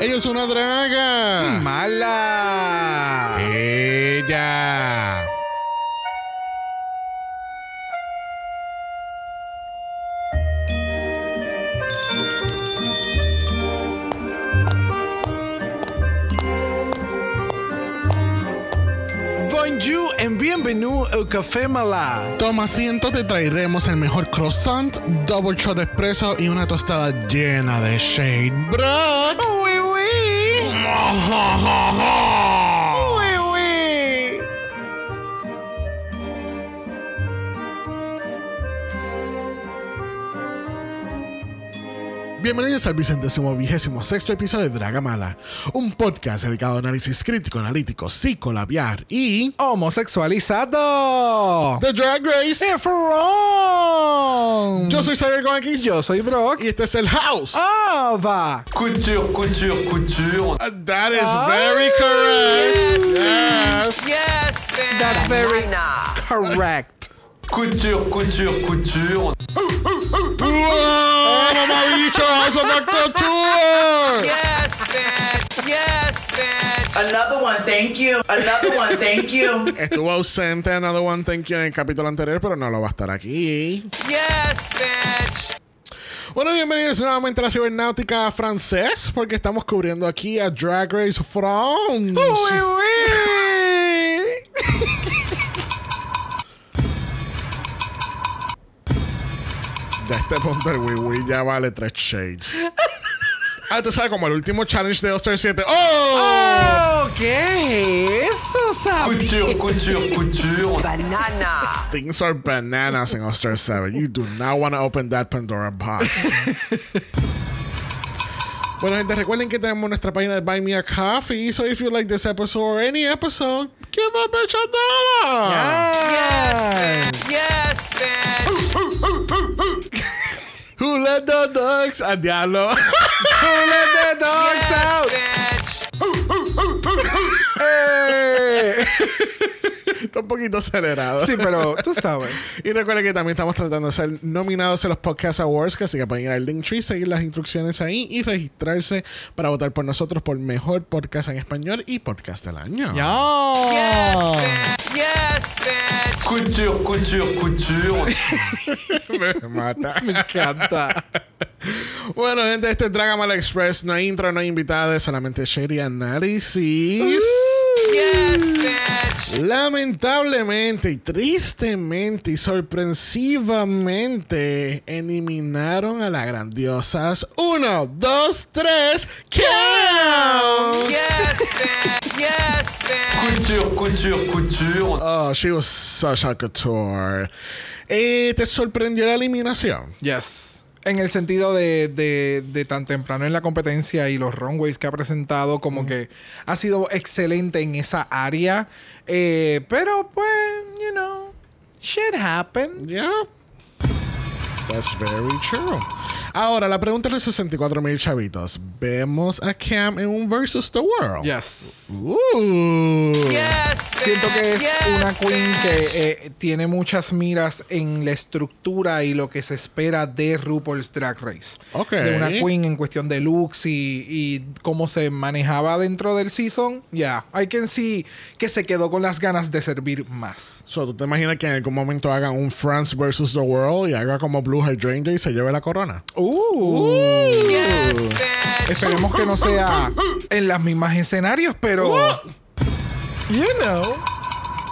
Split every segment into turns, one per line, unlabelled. ¡Ella es una draga!
¡Mala!
¡Ella!
Bonjour and bienvenue al Café Mala.
Toma asiento, te traeremos el mejor croissant, double shot expreso y una tostada llena de shade bread.
Oui, oui. Oui, oui.
Bienvenidos al vicentésimo vigésimo sexto episodio de Draga Mala, un podcast dedicado a análisis crítico, analítico, psicolabiar y...
Homosexualizado.
¡The Drag
Em.
Race!
Efron.
Yo soy Xavier con X
Yo soy Brock.
y este es el House.
Ava.
Couture, couture, couture.
Uh, That is very correct. Yes.
Yes, man.
That's very correct.
Couture, couture,
¡Wow,
couture.
mamabicho, House of the Couture!
Yes, man. Yes, man.
Another one, thank you. Another one, thank you.
Estuvo ausente Another One Thank You en el capítulo anterior, pero no lo va a estar aquí.
Yes, man.
Bueno, bienvenidos nuevamente a la cibernáutica francés, porque estamos cubriendo aquí a Drag Race France.
Oui, oui.
Ya este punto el wii wii ya vale tres shades. Ah, tú sabes, como el último challenge de Oster 7. ¡Oh!
Oh, ¿qué es eso, Sam?
Couture, couture, couture. Banana.
Things are bananas in Oster 7. You do not want to open that Pandora box. bueno, gente, recuerden que tenemos nuestra página de Buy Me a Coffee. So if you like this episode or any episode, give a bitch a dollar.
Yes.
Yes, man.
Who let the dogs a diablo?
Who let the dogs out?
Yes, man.
Eh.
Está un poquito acelerado.
Sí, pero tú sabes.
Y recuerden que también estamos tratando de ser nominados en los Podcast Awards, que así que pueden ir al Linktree, seguir las instrucciones ahí y registrarse para votar por nosotros por Mejor Podcast en Español y Podcast del Año.
Ya.
Yes, man. Couture, couture, couture.
Me mata.
Me encanta.
bueno, gente, este es Dragamal Express. No hay intro, no hay invitados, solamente share y análisis.
Yes, man.
Lamentablemente y tristemente y sorpresivamente eliminaron a las grandiosas 1, 2, 3, Count.
Yes, man. Yes, man. Couture, couture, couture.
Oh, she was such a couture. Eh, ¿Te sorprendió la eliminación?
Yes. En el sentido de, de- de tan temprano en la competencia y los runways que ha presentado, como que ha sido excelente en esa área. Eh, pero pues, you know, shit happened.
Yeah. That's very true. Ahora, la pregunta de los 64 mil chavitos. ¿Vemos a Cam en un versus the world?
Yes.
Ooh.
Yes, man.
Siento que es
Yes,
una queen
man.
que eh, tiene muchas miras en la estructura y lo que se espera de RuPaul's Drag Race.
Ok.
De una queen en cuestión de looks y, y cómo se manejaba dentro del season. Ya, hay quien sí que se quedó con las ganas de servir más.
So, ¿tú te imaginas que en algún momento hagan un France versus the world y haga como Blue Hydrangea y se lleve la corona? Uh.
Yes, man.
Esperemos que no sea en los mismos escenarios, pero...
Uh.
You know.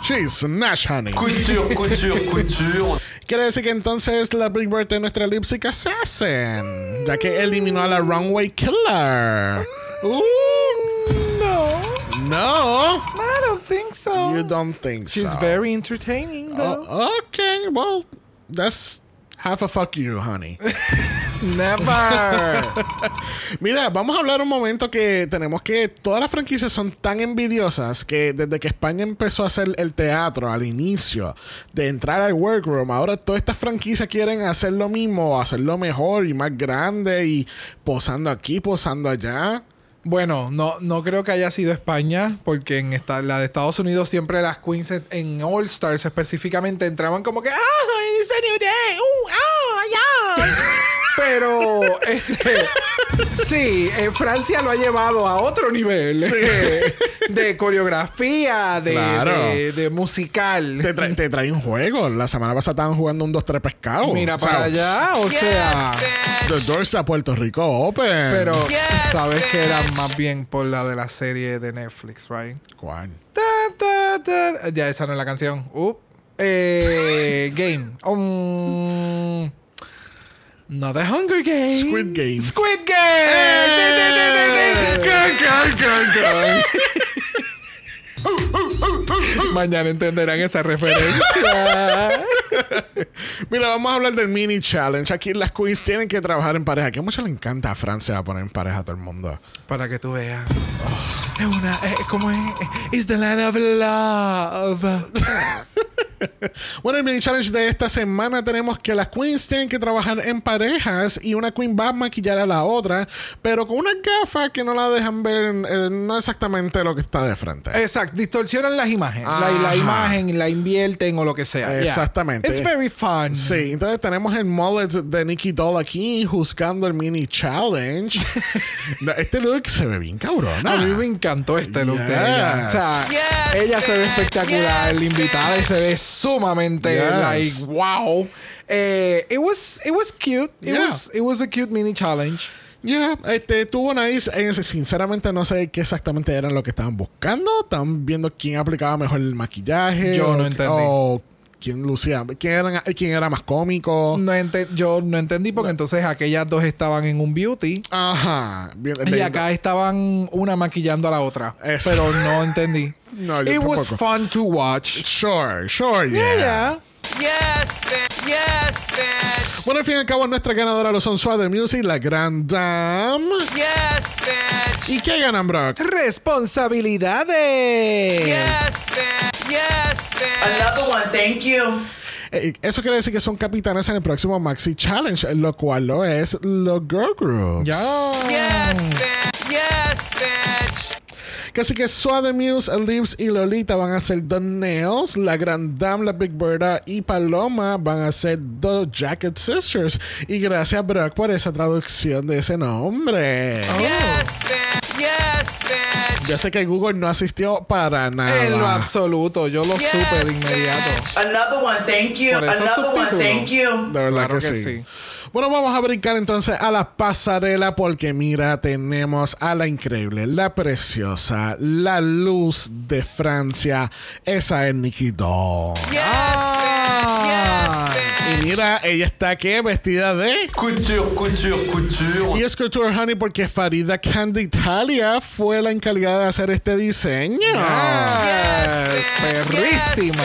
She's Nash Honey.
Couture, couture, couture.
Quiere decir que entonces la Big Bird de nuestra Lipsic Assassin, ya que eliminó a la Runway Killer. Uh,
No,
no,
I don't think so.
you don't think
She's
so.
very entertaining, though.
Oh, okay, well, that's half a fuck you, honey.
Never.
Mira, vamos a hablar un momento que tenemos que todas las franquicias son tan envidiosas que desde que España empezó a hacer el teatro al inicio de entrar al workroom, ahora todas estas franquicias quieren hacer lo mismo, hacerlo mejor y más grande y posando aquí, posando allá.
Bueno, no, no creo que haya sido España, porque en esta, la de Estados Unidos siempre las queens en- en All Stars específicamente entraban como que eh, ¡Ah! ¡It's a new day! ¡Uh! ¡Ah! ¡Ya! Pero, este, sí, eh, Francia lo ha llevado a otro nivel eh, de coreografía, de,
Claro.
de- de musical.
Te, traen te traen juegos. La semana pasada estaban jugando un 2-3 pescado.
Mira
O sea,
para allá, o
Yes,
sea.
bitch.
The Doors a Puerto Rico Open.
Pero
Yes,
sabes que era
bitch.
más bien por la de la serie de Netflix, right?
¿Cuál?
Ta, ta, ta. Ya, esa no es la canción. Uh. Eh, game. Um, no The Hunger Games.
Squid Game.
Squid Game. Mañana entenderán esa referencia.
Mira, vamos a hablar del mini challenge. Aquí las queens tienen que trabajar en pareja. Que mucho le encanta a Francia poner en pareja a todo el mundo.
Para que tú veas. Es una. eh, ¿Cómo es? It's the land of love.
Bueno, el mini challenge de esta semana tenemos que las queens tienen que trabajar en parejas y una queen va a maquillar a la otra, pero con una gafa que no la dejan ver eh, no exactamente lo que está de frente.
Exacto. Distorsionan las imágenes. La,
Ajá.
la imagen la invierten o lo que sea. Yeah.
Exactamente.
It's very fun.
Sí, entonces tenemos el mullet de Nicky Doll aquí juzgando el mini challenge. No, este look se ve bien cabrón.
A mí me encantó este look de ella.
Yes.
O sea,
Yes,
ella se ve
bitch.
espectacular.
Yes,
la invitada
bitch.
se ve sumamente
Yes.
like wow. Eh, it was it was cute. It
Yeah.
was it was a cute mini challenge.
Ya, este, tuvo nice. Eh, sinceramente no sé qué exactamente eran lo que estaban buscando. Estaban viendo quién aplicaba mejor el maquillaje.
Yo
o-
no entendí.
O quién lucía, quién, eran- quién era más cómico.
No ente- yo no entendí porque entonces aquellas dos estaban en un beauty
Ajá. Bien,
y
de-
acá estaban una maquillando a la otra.
Eso.
Pero no entendí.
No, yo
It was
tampoco.
fun to watch.
Sure, sure, yeah.
Yeah.
Yes, bitch. Yes, bitch.
Bueno, al fin y al cabo, nuestra ganadora lo son Suave Music, la Grand Dame.
Yes, bitch.
¿Y qué ganan, Brock?
Responsabilidades.
Yes, bitch. Yes, bitch.
Another one, thank you.
Eh, eso quiere decir que son capitanes en el próximo Maxi Challenge, lo cual lo es los Girl Groups.
Ya.
Yes, bitch. Yes, bitch.
Que Así que Suave Muse, Lips y Lolita van a ser The Nails, la Grand Dame, la Big Berta y Paloma van a ser The Jacket Sisters. Y gracias, Brock, por esa traducción de ese nombre.
Oh.
Oh. Yes, bitch. Yes, bitch.
Yo sé que Google no asistió para nada.
En lo absoluto, yo lo
Yes,
supe de inmediato.
bitch.
Another one, thank you.
Por eso
Another one,
subtítulo.
thank you.
De verdad
Claro
que,
que
sí.
sí.
Bueno, vamos a brincar entonces a la pasarela porque mira, tenemos a la increíble, la preciosa, la luz de Francia. Esa es Nikki Doll.
Ah.
Y mira, ella está que vestida de...
Couture, couture, couture.
Y es Couture Honey porque Farida Candy Italia fue la encargada de hacer este diseño.
Yes, Ah, perrísima.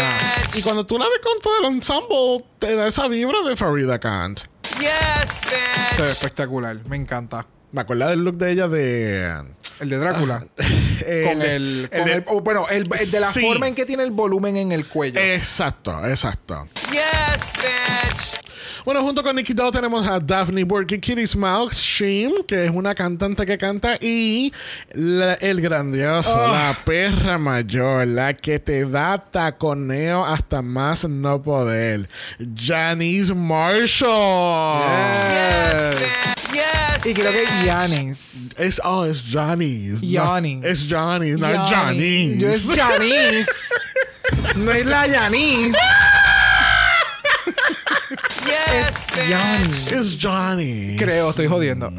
Y cuando tú la ves con todo el ensemble, te da esa vibra de Farida Kant.
Yes, bitch.
Se ve espectacular, me encanta.
Me acuerdo del look de ella de...
El de Drácula.
eh,
con
de-
Ah,
el
el, con
de-
el- oh, bueno, el, el de la
Sí.
forma en que tiene el volumen en el cuello.
Exacto, exacto.
Yes, bitch.
Bueno, junto con Nicky Doll tenemos a Daphne Burke y Kitty Smalls, Shim, que es una cantante que canta, y la- el grandioso,
Oh.
la perra mayor, la que te da taconeo hasta más no poder, Janice Marshall.
Yes.
Yes,
Y creo que
bitch.
Yanis.
Es, oh, es Janice. no,
Janice.
es Janice, no es Janice.
Yo es Yanis. no es la Yanis.
Yes, bitch.
Yanis.
Es Janice.
Creo, estoy jodiendo.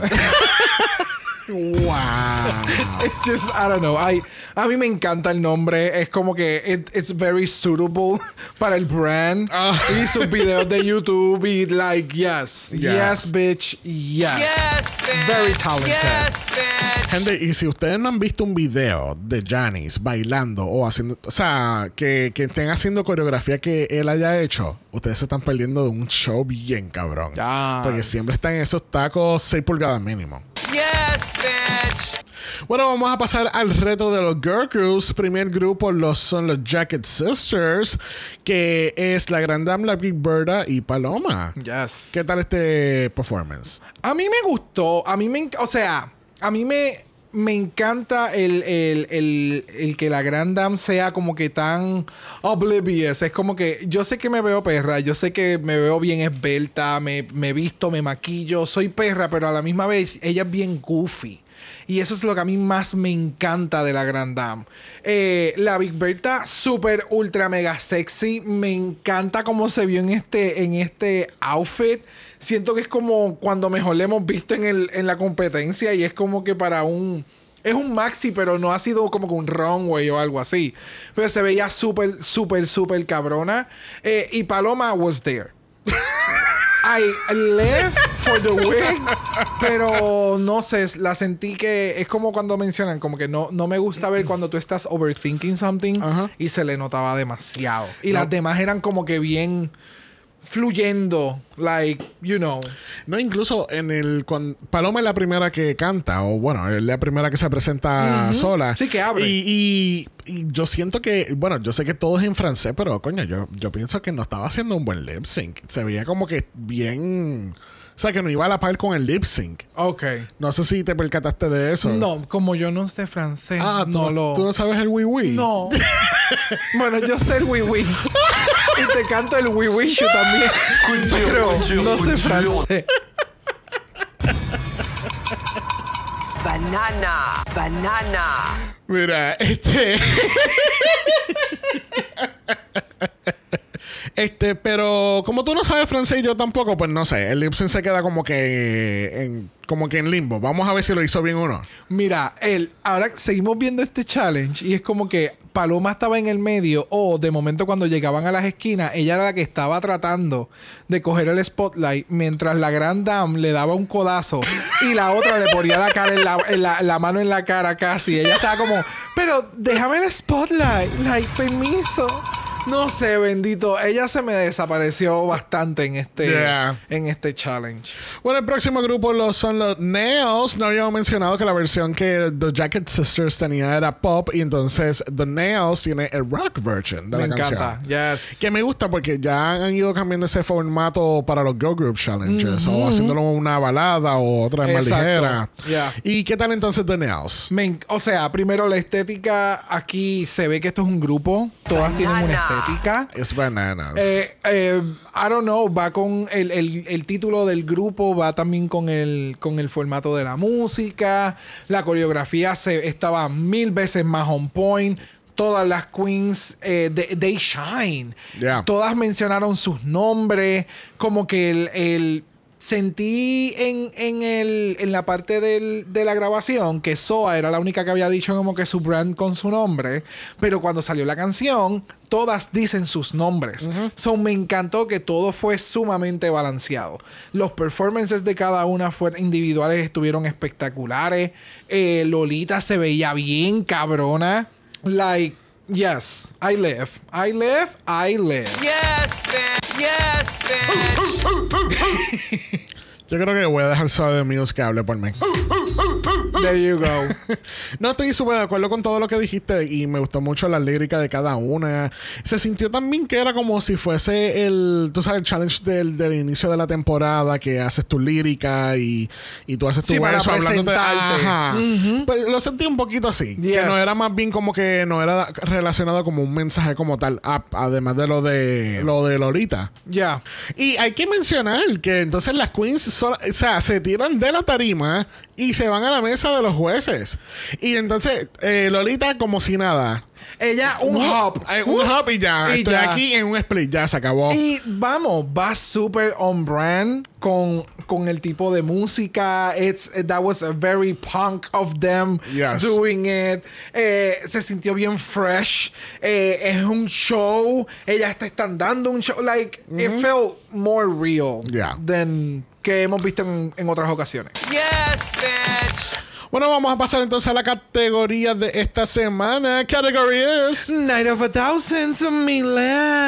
Wow.
It's just, I don't know. I- a mí me encanta el nombre. Es como que it- it's very suitable para el brand.
Ah.
Y sus videos de YouTube. Y like, yes.
Yeah.
Yes, bitch. Yes.
Yes, bitch.
Very talented.
Yes, bitch.
Gente, y si ustedes no han visto un video de Janis bailando o haciendo, o sea, que, que estén haciendo coreografía que él haya hecho, ustedes se están perdiendo de un show bien cabrón.
Yes.
Porque siempre están en esos tacos 6 pulgadas mínimo.
Yes, bitch.
Bueno, vamos a pasar al reto de los Girl Crews. Primer grupo los, son los Jacket Sisters, que es la Grand Dame, la Big Berta y Paloma.
Yes.
¿Qué tal este performance?
A mí me gustó. A mí me. enc- O sea, a mí me. me encanta el, el- el- el que la Grand Dame sea como que tan oblivious. Es como que yo sé que me veo perra, yo sé que me veo bien esbelta, me, me visto, me maquillo, soy perra, pero a la misma vez ella es bien goofy. Y eso es lo que a mí más me encanta de la Grand Dame. Eh, la Big Berta, súper, ultra, mega sexy. Me encanta cómo se vio en este, en este outfit. Siento que es como cuando mejor le hemos visto en, el, en la competencia y es como que para un... Es un maxi, pero no ha sido como que un runway o algo así. Pero se veía súper, súper, súper cabrona. Eh, y Paloma was there. I left for the win, pero no sé, la sentí que es como cuando mencionan, como que no, no me gusta ver cuando tú estás overthinking something
Ajá.
y se le notaba demasiado. Y
No.
las demás eran como que bien fluyendo, like, you know.
No, incluso en el. cuan- Paloma es la primera que canta, o bueno, es la primera que se presenta sola.
Sí, que abre.
Y, y- y yo siento que, bueno, yo sé que todo es en francés, pero coño, yo, yo pienso que no estaba haciendo un buen lip sync. Se veía como que bien. O sea, que no iba a la par con el lip sync.
Ok.
No sé si te percataste de eso.
No, como yo no sé francés,
Ah,
no
tú,
lo...
tú no sabes el wii wii.
No. bueno, yo sé el wiwi. y te canto el wiwi yo también.
Couture,
pero
couture,
no sé
couture.
francés.
Banana, banana.
Mira, este. este, pero como tú no sabes francés y yo tampoco, pues no sé. El Lipsen se queda como que en, como que en limbo. Vamos a ver si lo hizo bien o no.
Mira, él, ahora seguimos viendo este challenge y es como que Paloma estaba en el medio o de momento cuando llegaban a las esquinas, ella era la que estaba tratando de coger el spotlight mientras la gran dam le daba un codazo y la otra le ponía la, cara en la, en la- la mano en la cara casi. Ella estaba como, pero déjame el spotlight, like, permiso. No sé, bendito. Ella se me desapareció bastante en este,
Yeah.
en este challenge.
Bueno, el próximo grupo lo- son los Nails. No habíamos mencionado que la versión que The Jacket Sisters tenía era pop y entonces The Nails tiene el rock version de
Me
la canción.
encanta. Yes.
Que me gusta porque ya han ido cambiando ese formato para los Girl Group Challenges. o haciéndolo una balada o otra más
Exacto.
ligera.
Yeah.
¿Y qué tal entonces The Nails?
Me en- o sea, primero la estética, aquí se ve que esto es un grupo, todas tienen una
Banana.
estética.
Es bananas.
Eh, eh, I don't know, va con el, el- el título del grupo, va también con el, con el formato de la música, la coreografía se, estaba mil veces más on point. Todas las queens, eh, they, they shine.
Yeah.
Todas mencionaron sus nombres, como que el... el- Sentí en, en el, en la parte del- de la grabación que Soa era la única que había dicho como que su brand con su nombre, pero cuando salió la canción, todas dicen sus nombres. So me encantó que todo fue sumamente balanceado. Los performances de cada una fueron individuales, estuvieron espectaculares. Eh, Lolita se veía bien cabrona. Like, yes, I live. I live, I live.
Yes, bitch. Yes, bitch.
Yo creo que voy a dejar solo de Mills que hable por mí.
There you go.
No estoy súper de acuerdo con todo lo que dijiste y me gustó mucho la lírica de cada una. Se sintió también que era como si fuese el, tú sabes, el challenge del, del inicio de la temporada que haces tu lírica y, y tú haces tu
Sí, para
verso hablándote-
presentarte.
Ajá. Pero lo sentí un poquito así. Que
Yes.
no era más bien como que no era relacionado como un mensaje como tal, a- además de lo de lo de Lolita.
Ya.
Y hay que mencionar que entonces las queens son- o sea, se tiran de la tarima y se van a la mesa de los jueces. Y entonces eh, Lolita como si nada.
Ella, un hop.
Eh, un hop y ya.
Y
Estoy
ya.
aquí en un split. Ya se acabó.
Y vamos, va super on brand con, con el tipo de música. It's, that was a very punk of them
Yes.
doing it. Eh, se sintió bien fresh. Eh, es un show. Ella está estandando un show. Like, it felt more real
Yeah.
than que hemos visto en, en otras ocasiones.
Yes, bitch.
Bueno, vamos a pasar entonces a la categoría de esta semana. Category es
Night of a Thousands in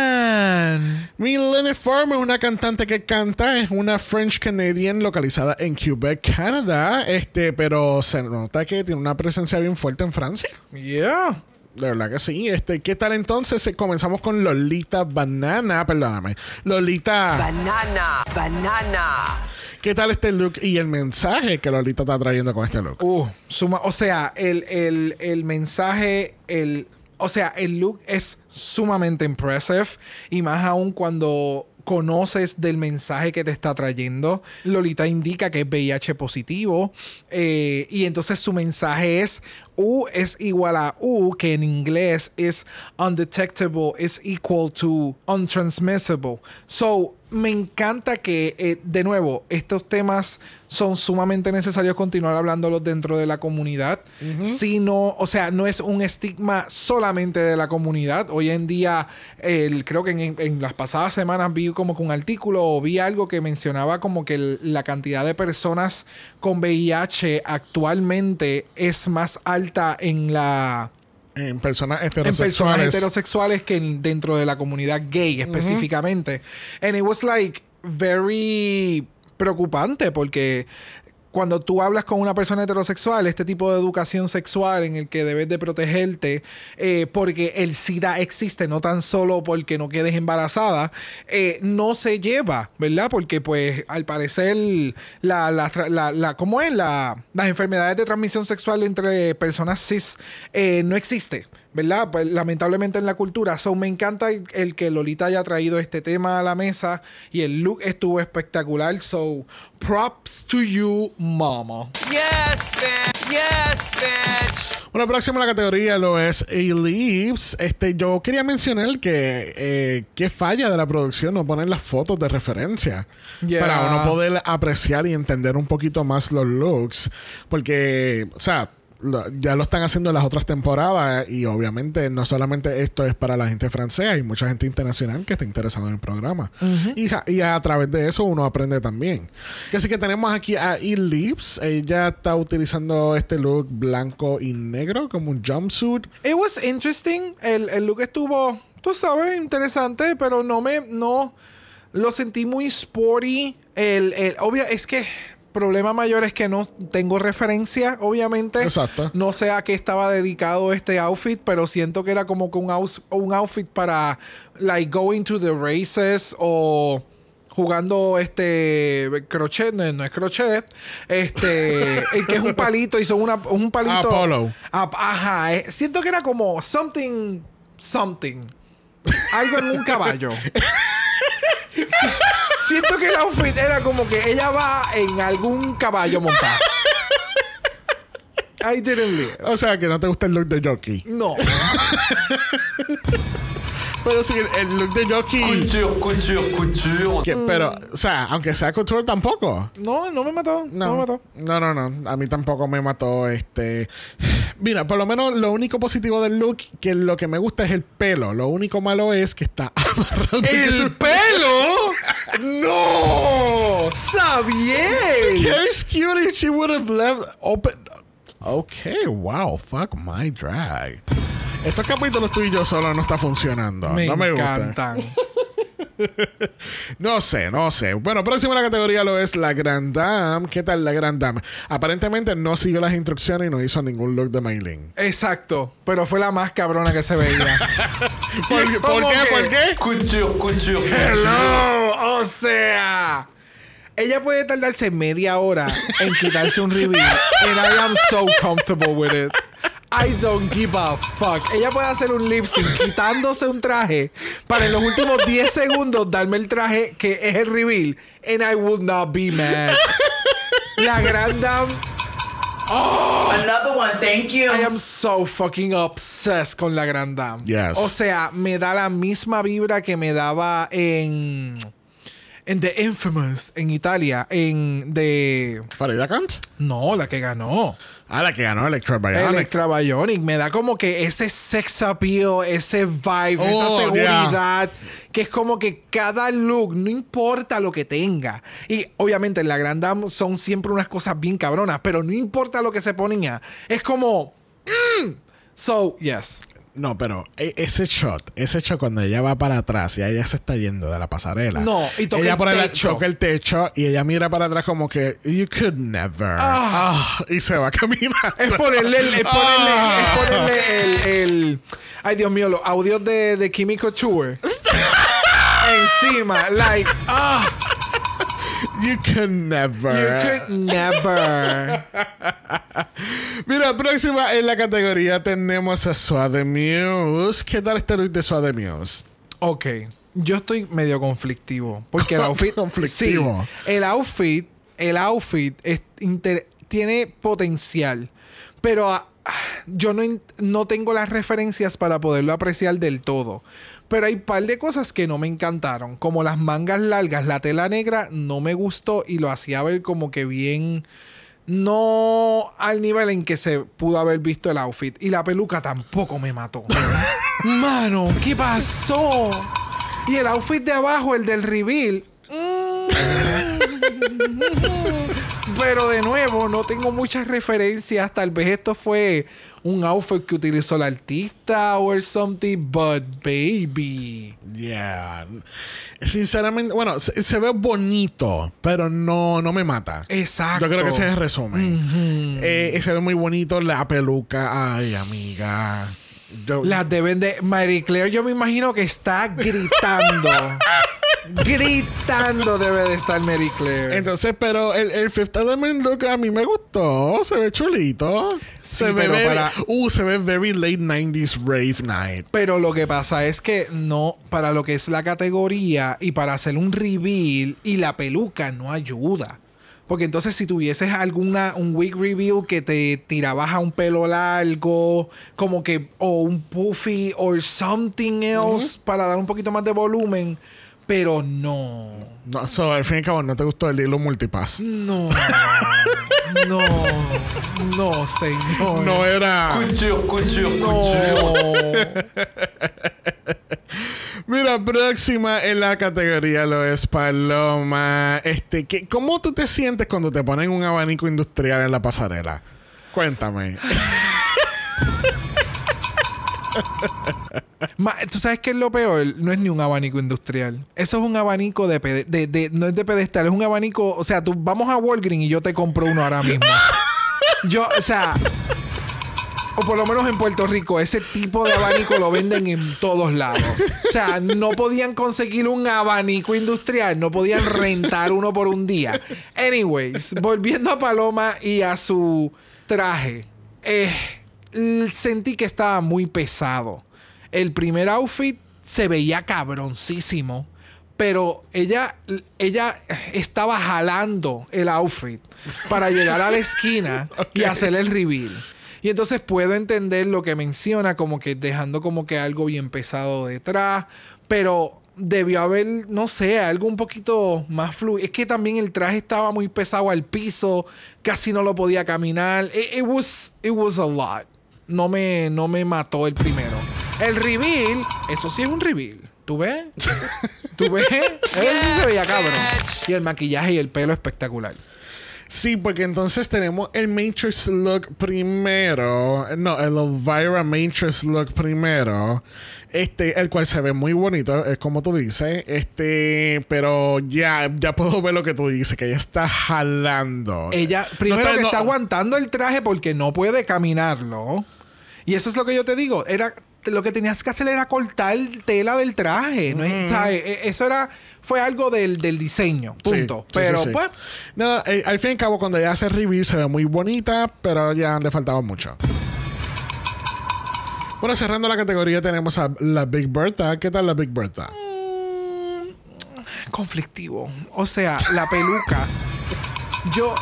Milan.
Milene Farmer, una cantante que canta, es una French Canadian localizada en Quebec, Canadá. Este, pero se nota que tiene una presencia bien fuerte en Francia.
Yeah.
De verdad que sí. Este, ¿qué tal entonces? Eh, Comenzamos con Lolita Banana, perdóname. Lolita.
Banana, banana.
¿Qué tal este look y el mensaje que Lolita está trayendo con este look?
Uh, suma, o sea, el, el- el mensaje, el, o sea, el look es sumamente impressive y más aún cuando conoces del mensaje que te está trayendo. Lolita indica que es VIH positivo eh, y entonces su mensaje es U es igual a U, que en inglés es undetectable, is equal to untransmissible. So, me encanta que, eh, de nuevo, estos temas son sumamente necesarios continuar hablándolos dentro de la comunidad. Si no, o sea, no es un estigma solamente de la comunidad. Hoy en día, el, creo que en, en las pasadas semanas vi como que un artículo o vi algo que mencionaba como que el- la cantidad de personas con VIH actualmente es más alta en la
En personas
en personas
heterosexuales.
heterosexuales que en- dentro de la comunidad gay específicamente. And it was like very preocupante porque cuando tú hablas con una persona heterosexual, este tipo de educación sexual en el que debes de protegerte, eh, porque el SIDA existe, no tan solo porque no quedes embarazada, eh, no se lleva, ¿verdad? Porque pues al parecer, la, la, tra- la- la- ¿cómo es? La, las enfermedades de transmisión sexual entre personas cis eh, no existe. ¿Verdad? Pues lamentablemente en la cultura. So, me encanta el, el que Lolita haya traído este tema a la mesa y el look estuvo espectacular. So, props to you, mama.
Yes, bitch. Yes, bitch.
Bueno, próxima la categoría lo es Ellipse. Este, yo quería mencionar que eh, qué falla de la producción no poner las fotos de referencia
Yeah.
para uno poder apreciar y entender un poquito más los looks, porque, o sea. lo- ya lo están haciendo en las otras temporadas y obviamente no solamente esto es para la gente francesa, hay mucha gente internacional que está interesada en el programa. y, a, y a través de eso uno aprende también. Así que tenemos aquí a E. Lips, ella está utilizando este look blanco y negro como un jumpsuit.
It was interesting. El, el look estuvo, tú sabes, interesante, pero no me, no, lo sentí muy sporty. El, el, obvio, es que problema mayor es que no tengo referencia, obviamente.
Exacto.
No sé a qué estaba dedicado este outfit, pero siento que era como que un, aus- un outfit para, like, going to the races o jugando este crochet, no, no es crochet, este, el que es un palito y son una, un palito.
Apollo.
Ap- ajá, eh, siento que era como something, something. Algo en un caballo. Si- siento que el outfit era como que ella va en algún caballo montado. I didn't live.
O sea que no te gusta el look de jockey.
No.
Pero sí, el, el look de jockey...
Couture, couture, couture.
que- pero, o sea, aunque sea couture tampoco.
No, no me mató. No, me mató.
No, no, no. A mí tampoco me mató este. Mira, por lo menos lo único positivo del look, que lo que me gusta es el pelo. Lo único malo es que está amarrado.
¡El pelo! ¡No! ¡Sabía!
Cares cute if she would have left open. Okay, wow, fuck my drag. Estos capítulos tú y yo solo no está funcionando.
Me
no me gusta.
encantan.
No sé, no sé. Bueno, próxima la categoría lo es la Grand Dame. ¿Qué tal la Grand Dame? Aparentemente no siguió las instrucciones y no hizo ningún look de Maylin.
Exacto. Pero fue la más cabrona que se veía.
¿Por, por
¿Cómo
qué?
que?
¿Por qué?
Couture, couture, couture.
Hello, o sea, ella puede tardarse media hora en quitarse un reveal. And I am so comfortable with it. I don't give a fuck. Ella puede hacer un lip sync quitándose un traje para en los últimos 10 segundos darme el traje que es el reveal. And I would not be mad. La gran dam,
Oh. Another one, thank you.
I am so fucking obsessed con la gran dam.
Yes.
O sea, me da la misma vibra que me daba en. En The Infamous, en Italia, en de.
Farida Kant.
No, la que ganó.
Ah, la que ganó Electra Bionic.
Electra Bionic. Me da como que ese sex appeal, ese vibe,
Oh,
esa seguridad. Que es como que cada look, no importa lo que tenga. Y obviamente en la Grand Dame son siempre unas cosas bien cabronas, pero no importa lo que se ponía. Es como. mm. So, yes.
No, pero e- ese shot, ese shot cuando ella va para atrás y ella se está yendo de la pasarela.
No, y toca
ella
el
por ahí la-
techo.
toca el techo y ella mira para atrás como que, you could never. Ah, y se va a caminar.
Es ponerle, el, es ponerle,
Ah.
es ponerle el, el- Ay, Dios mío, los audios de, de Kimiko Tour. Encima, like. ah.
You can never.
You could never.
Mira, próxima en la categoría tenemos a Suade Muse. ¿Qué tal este look de Suade Muse?
Ok. Yo estoy medio conflictivo. Porque el
Con-
outfit.
conflictivo.
Sí, el outfit. El outfit es inter- tiene potencial. Pero ah, ah, yo no, en- no tengo las referencias para poderlo apreciar del todo. Pero hay un par de cosas que no me encantaron. Como las mangas largas, la tela negra no me gustó y lo hacía ver como que bien. No al nivel en que se pudo haber visto el outfit. Y la peluca tampoco me mató. Mano, ¿qué pasó? Y el outfit de abajo, el del reveal. mm. Pero de nuevo, no tengo muchas referencias. Tal vez esto fue un outfit que utilizó el artista or something, but baby.
Yeah. Sinceramente, bueno, se, se ve bonito, pero no, no me mata.
Exacto.
Yo creo que ese es el resumen. Eh, y se ve muy bonito la peluca. Ay, amiga. Yo-
Las deben de. Marie Claire, yo me imagino que está gritando. gritando debe de estar Mary Claire.
Entonces, pero el, el Fifth Element look a mí me gustó. Se ve chulito.
Sí,
se ve
pero
very-
para-
Uh, se ve very late 90s rave night.
Pero lo que pasa es que no, para lo que es la categoría y para hacer un reveal y la peluca no ayuda. Porque entonces si tuvieses alguna, un wig reveal que te tirabas a un pelo largo, como que, o un puffy, or something else, para dar un poquito más de volumen, pero no.
No, so, al fin y al cabo, no te gustó el hilo multipass.
No, no, no, señor.
No era.
Couture, couture, couture.
Mira, próxima en la categoría lo es Paloma. Este, ¿qué, ¿Cómo tú te sientes cuando te ponen un abanico industrial en la pasarela? Cuéntame.
Ma- Tú sabes que es lo peor, no es ni un abanico industrial. Eso es un abanico de, pede- de, de- no es de pedestal, es un abanico, o sea, tú vamos a Walgreens y yo te compro uno ahora mismo. Yo, o sea, o por lo menos en Puerto Rico, ese tipo de abanico lo venden en todos lados. O sea, no podían conseguir un abanico industrial, no podían rentar uno por un día. Anyways, volviendo a Paloma y a su traje. Eh, l- sentí que estaba muy pesado. El primer outfit se veía cabroncísimo. Pero ella, ella estaba jalando el outfit para llegar a la esquina y hacer el reveal. Y entonces puedo entender lo que menciona, como que dejando como que algo bien pesado detrás, pero debió haber, no sé, algo un poquito más fluido. Es que también el traje estaba muy pesado al piso, casi no lo podía caminar. It, it was, it was a lot. No me, no me mató el primero. El reveal, eso sí es un reveal. ¿Tú ves? ¿Tú ves? Eso sí se veía cabrón. Y el maquillaje y el pelo espectacular.
Sí, porque entonces tenemos el Matrix look primero. No, el Elvira Matrix look primero. Este, el cual se ve muy bonito, es como tú dices. Este, pero ya, ya puedo ver lo que tú dices, que ella está jalando.
Ella,
No
primero que
no-
está aguantando el traje porque no puede caminarlo. Y eso es lo que yo te digo. Era, lo que tenías que hacer era cortar tela del traje. ¿no? es- ¿sabes? E- Eso era, fue algo del, del diseño.
Sí,
Punto.
sí,
Pero
sí, sí.
pues,
Nada, eh, al fin y al cabo, cuando ella hace review se ve muy bonita, pero ya le faltaba mucho. Bueno, cerrando la categoría, tenemos a la Big Bertha. ¿Qué tal la Big Bertha?
conflictivo. O sea, la peluca. yo.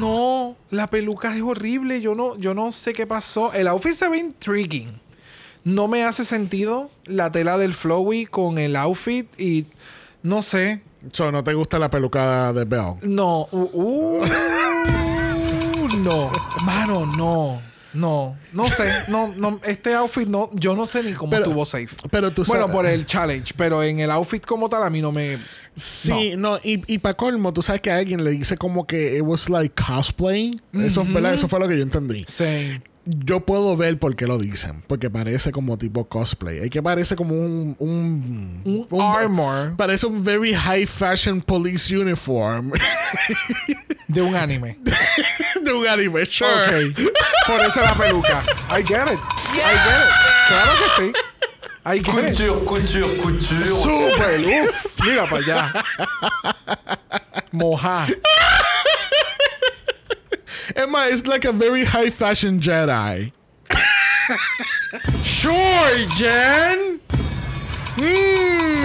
No, la peluca es horrible. Yo no, yo no sé qué pasó. El outfit se ve intriguing. No me hace sentido la tela del flowy con el outfit y no sé.
So, ¿No te gusta la peluca de Belle?
No, uh, uh, no, mano, no, no, no sé, no, no, este outfit no, yo no sé ni cómo
Pero-
estuvo safe.
pero tú
bueno,
sabes-
por el challenge, pero en el outfit como tal a mí no me.
Sí, no, y, y para colmo, tú sabes que a alguien le dice como que it was like cosplay. Eso, ¿verdad? Eso fue lo que yo entendí.
Sí.
Yo puedo ver por qué lo dicen, porque parece como tipo cosplay. Es que parece como un. Un,
Un armor.
Parece un very high fashion police uniform
de un anime.
de un anime, sure.
Ok, por eso la peluca. I get it, I get it, claro que sí. I get it.
Couture, couture, couture.
Super, uf, mira para allá. Moja.
Emma is like a very high fashion Jedi.
Sure, Jen. Hmm.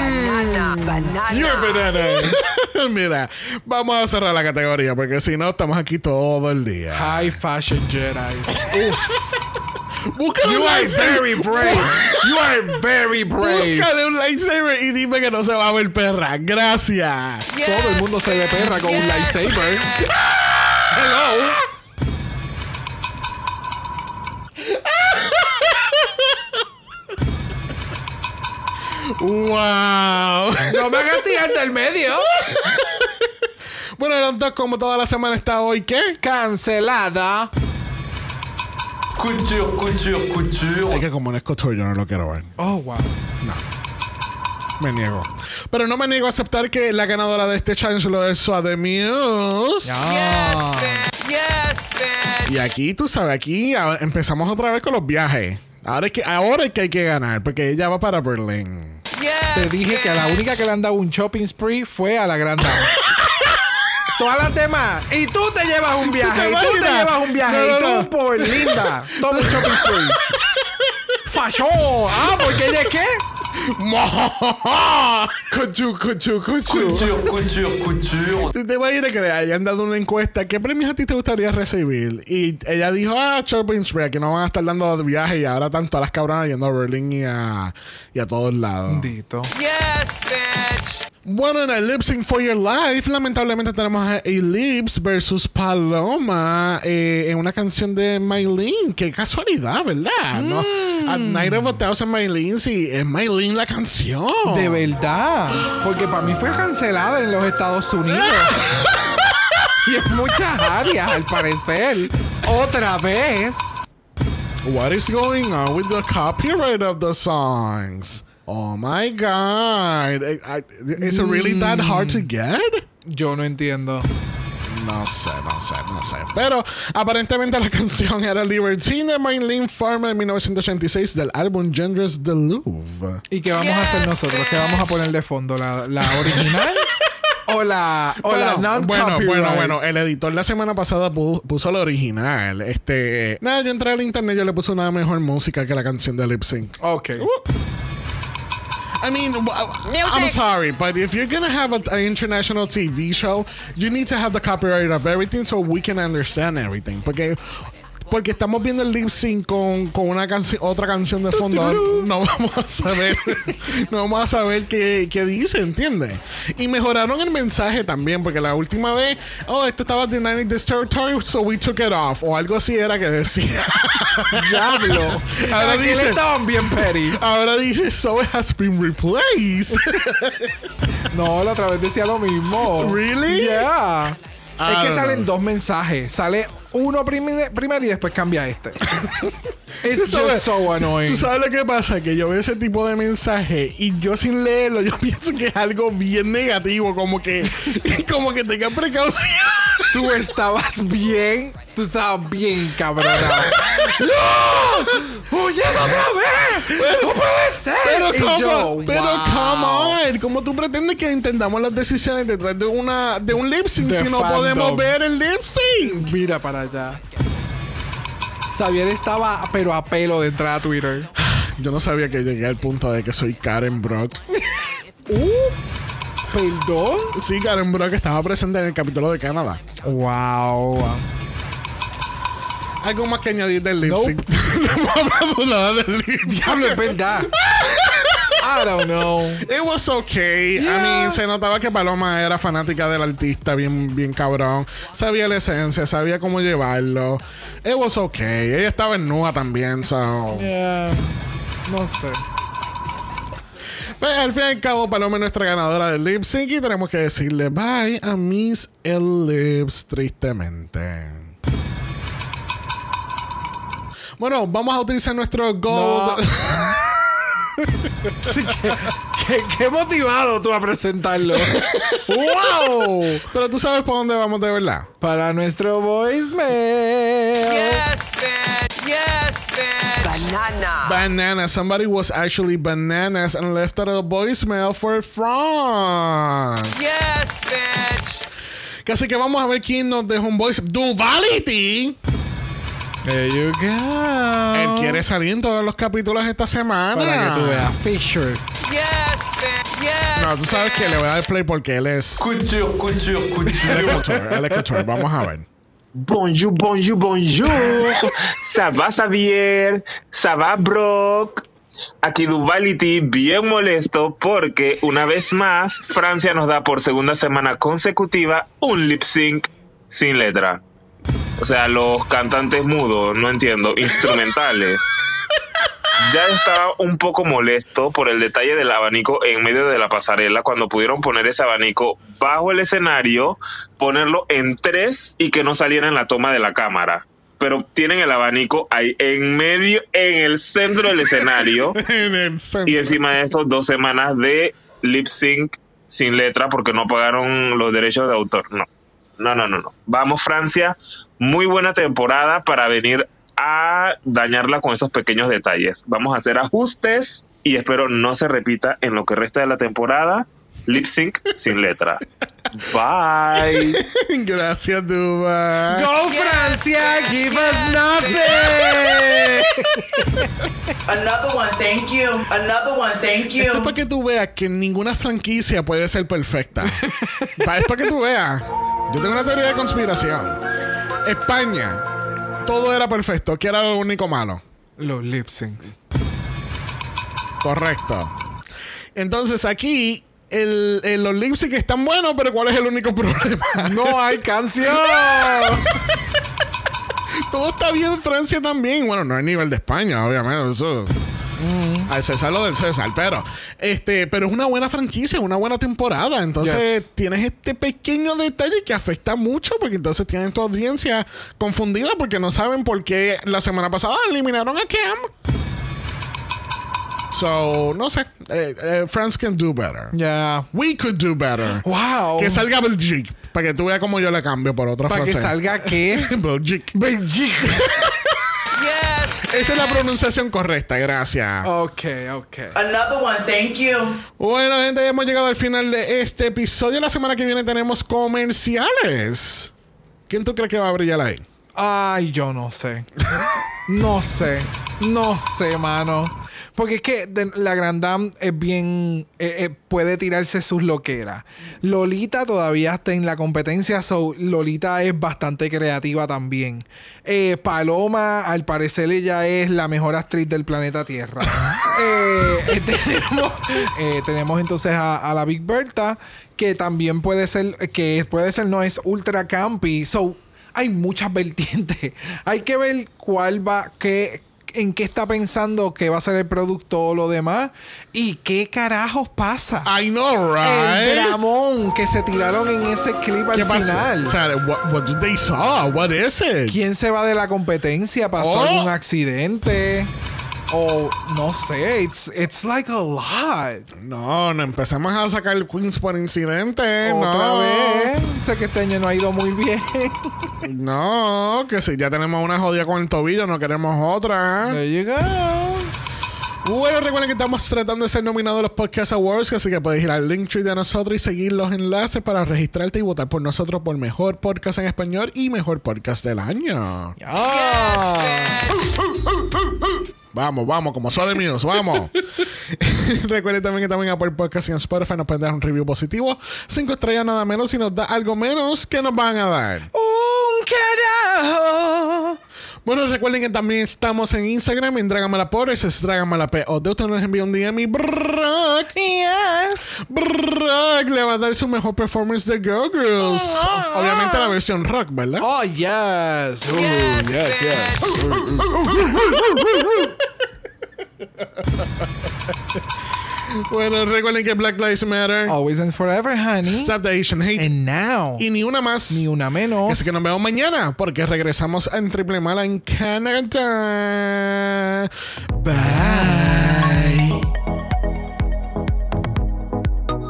Banana. Banana.
Mira, vamos a cerrar la categoría porque si no estamos aquí todo el día.
High fashion Jedi.
Búscale
you
un
are
lightsaber.
very brave. You are very brave.
Búscale un lightsaber y dime que no se va a ver perra. Gracias.
Todo el mundo se ve perra con un lightsaber.
Hello. Wow.
No me hagas tirar del medio.
Bueno, los dos, como toda la semana está hoy, ¿qué?
Cancelada.
Couture, couture, couture.
Es que como no es couture, yo no lo quiero ver.
Oh, wow.
Me niego. Pero no me niego a aceptar que la ganadora de este challenge lo es Suade Muse.
Ah.
Yes, man.
Y aquí, tú sabes, aquí a- empezamos otra vez con los viajes. Ahora es que, ahora es que hay que ganar, porque ella va para Berlín.
Yes.
Te dije que a la única que le han dado un shopping spree fue a la gran dama. Todas las demás. Y tú te llevas un viaje.
¿Te
Y tú te
imaginas?
llevas un viaje.
No, no,
y tú,
no.
por linda. Toma un shopping spree. Fashion. Ah, porque ella es qué?
Cuchu, cuchu, cuchu.
Couture, couture, couture.
Tú te imaginas que le hayan dado una encuesta, ¿qué premios a ti te gustaría recibir? Y ella dijo, ah, Shopping Spree, que no van a estar dando de viaje y ahora tanto a las cabronas yendo a Berlín y a, y a todos lados.
Dito.
Yes, bitch.
Bueno, en el Lip Sync for Your Life, lamentablemente tenemos a Ellipse versus Paloma eh, en una canción de Maylin. Qué casualidad, ¿verdad? ¿No? At Night of a Thousand Maylin, sí, es Maylin la canción.
De verdad. Porque para mí fue cancelada en los Estados Unidos. y en muchas áreas, al parecer. Otra vez.
What is going on with the copyright of the songs? Oh my God. I- I- is it really that hard to get?
Yo no entiendo.
No sé, no sé, no sé. Pero aparentemente la canción era Libertine de Marilyn Farmer de 1986 del álbum Genders the Louvre.
¿Y qué vamos a hacer nosotros? ¿Qué vamos a poner de fondo? ¿La, la original? ¿O la, o la non
bueno, bueno, bueno. El editor la semana pasada pu- puso la original. Este, nada, yo entré al internet y yo le puse una mejor música que la canción de Lip Sync.
Ok.
Uh, I mean, w- I'm sorry, but if you're gonna have an international TV show, you need to have the copyright of everything so we can understand everything. Porque, porque estamos viendo el lip sync con, con una canci- otra canción de fondo, no vamos a saber, no vamos a saber qué, qué dice, ¿entiendes? Y mejoraron el mensaje también, porque la última vez, oh, esto estaba denying this territory, so we took it off, o algo así era que decía.
Diablo.
Ahora
Ahora
dice-
estaban bien petty.
Ahora dice, so it has been replaced.
No, la otra vez decía lo mismo.
Really?
Yeah.
I
es que
don't
salen
know.
dos mensajes. Sale uno primi- primero y después cambia este. It's
Tú sabes-
just so
¿Tú
annoying.
sabes lo que pasa? Que yo veo ese tipo de mensaje y yo sin leerlo, yo pienso que es algo bien negativo, como que, como que tengan precaución.
Tú estabas bien. Tú estabas bien, cabrona. ¡No! ¡Oye, otra vez! ¡No puede ser!
Pero,
Y
¿cómo?
yo,
pero
wow.
come on, ¿cómo tú pretendes que entendamos las decisiones detrás de una de un lip sync
De
si no
fandom.
podemos ver el lip sync?
Mira para allá. Xavier estaba pero a pelo de entrar a Twitter.
Yo no sabía que llegué al punto de que soy Karen Brock.
¿Perdón?
Sí, Karen Brock estaba presente en el capítulo de Canadá.
Wow.
Algo más que añadir del lip
Nope.
sync. no hemos hablado nada del lip sync.
Diablo, es verdad. I don't know.
It was okay. I mean, se notaba que Paloma era fanática del artista, bien, bien cabrón. Sabía la esencia, sabía cómo llevarlo. It was okay. Ella estaba en nua también, so.
Yeah. No sé.
Pues, al fin y al cabo, Paloma es nuestra ganadora del lip sync y tenemos que decirle bye a Miss Lips, tristemente. Bueno, vamos a utilizar nuestro
No.
gold.
Sí, qué, qué- qué motivado tú a presentarlo. ¡Wow!
Pero tú sabes por dónde vamos de verdad.
Para nuestro voicemail.
Yes, bitch. Yes, bitch.
Ah.
Banana.
Banana. Somebody was actually bananas and left out a voicemail for France.
Yes, bitch.
Que Así que vamos a ver quién nos deja un voice. Duvality.
There you go.
Él quiere salir en todos los capítulos esta semana.
Oh. Para que tú veas. Fisher.
Yes, man. Yes.
No, tú sabes que le voy a dar play porque él es.
Couture, couture,
Él es
couture.
couture, él es couture. Vamos a ver.
Bonjour, bonjour, bonjour. Ça va, Xavier. Ça va, Brock. Aquí Duvality bien molesto porque una vez más Francia nos da por segunda semana consecutiva un lip sync sin letra. O sea, los cantantes mudos, no entiendo, instrumentales. Ya estaba un poco molesto por el detalle del abanico en medio de la pasarela cuando pudieron poner ese abanico bajo el escenario, ponerlo en tres y que no saliera en la toma de la cámara. Pero tienen el abanico ahí en medio, en el centro del escenario.
En el centro.
Y encima de eso, dos semanas de lip sync sin letra porque no pagaron los derechos de autor. No, no, no, no. no. Vamos, Francia. Muy buena temporada para venir a dañarla con esos pequeños detalles. Vamos a hacer ajustes y espero no se repita en lo que resta de la temporada. Lip sync sin letra. Bye.
Gracias, Duba.
Go Francia, give us nothing.
Another one, thank you. Another one, thank you.
Esto es para que tú veas que ninguna franquicia puede ser perfecta. Pa- es para que tú veas. Yo tengo una teoría de conspiración. España, todo era perfecto. ¿Qué era lo único malo?
Los lip syncs.
Correcto. Entonces aquí, el, el- los lip sync están buenos, pero ¿cuál es el único problema?
No hay canción.
todo está bien en Francia también. Bueno, no hay nivel de España, obviamente. Eso.
Mm.
Al César lo del César, pero este, pero es una buena franquicia, es una buena temporada. Entonces
Yes.
tienes este pequeño detalle que afecta mucho, porque entonces tienen tu audiencia confundida porque no saben por qué la semana pasada eliminaron a Cam. So, no sé. Eh, eh, France can do better.
Ya.
We could do better.
Wow.
Que salga Belgique, para que tú veas cómo yo le cambio por otra
Para
frase.
que salga qué.
Belgique. Belgique.
Yes.
Esa es la pronunciación correcta, gracias.
Ok, ok.
Another one, thank you.
Bueno, gente, hemos llegado al final de este episodio. La semana que viene tenemos comerciales. ¿Quién tú crees que va a brillar ahí?
Ay, yo no sé. No sé. No sé, mano. Porque es que de- la Grandam es bien. eh, eh, puede tirarse sus loqueras. Lolita todavía está en la competencia, so Lolita es bastante creativa también. Eh, Paloma, al parecer, ella es la mejor actriz del planeta Tierra. Eh, eh, tenemos, eh, tenemos entonces a, a la Big Berta, que también puede ser. que puede ser, no es ultra campy. So hay muchas vertientes. Hay que ver cuál va, qué, en qué está pensando, qué va a ser el producto, lo demás, y qué carajos pasa.
I know,
El
right?
dramón que se tiraron en ese clip al
¿Qué pasa?
final.
O sea, what, what did they saw? What is it?
¿Quién se va de la competencia? ¿Pasó
Oh.
algún accidente? O no sé, it's, it's like a lot.
No, no empecemos a sacar el Queens por incidente.
Otra
no.
vez. Sé que este año no ha ido muy bien.
No, que si ya tenemos una jodida con el tobillo, no queremos otra.
There you go.
Bueno, recuerden que estamos tratando de ser nominados a los Podcast Awards, así que puedes ir al Linktree de nosotros y seguir los enlaces para registrarte y votar por nosotros por Mejor Podcast en Español y Mejor Podcast del Año. Vamos, vamos, como Sode News, vamos. Recuerden también que también en Apple Podcast y en Spotify nos pueden dar un review positivo. Cinco estrellas nada menos si nos da algo menos que nos van a dar.
Un carajo.
Bueno, recuerden que también estamos en Instagram en Dragamalapor, eso es Dragamalapod. Usted nos envía un DM y Brock,
Yes.
Brock le va a dar su mejor performance de Go Girls.
Ah.
Obviamente la versión rock, ¿verdad?
Oh, yes. Ooh, yes, yes.
Bueno, recuerden que Black Lives Matter,
Always and forever, honey.
Stop the Asian Hate
And now,
y ni una más.
ni una menos.
Así que nos vemos mañana porque regresamos en Triple Mala en Canadá.
Bye.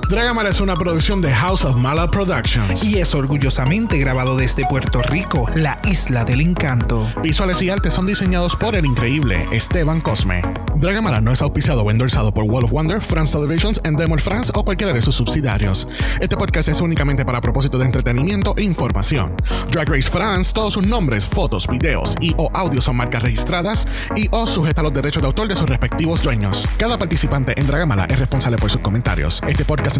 Dragamala es una producción de House of Mala Productions.
Y es orgullosamente grabado desde Puerto Rico, la isla del encanto.
Visuales y artes son diseñados por el increíble Esteban Cosme. Dragamala no es auspiciado o endorsado por Wall of Wonder, France Televisions, Endemol France o cualquiera de sus subsidiarios. Este podcast es únicamente para propósitos de entretenimiento e información. Drag Race France, todos sus nombres, fotos, videos y o audios son marcas registradas y o sujeta a los derechos de autor de sus respectivos dueños. Cada participante en Dragamala es responsable por sus comentarios. Este podcast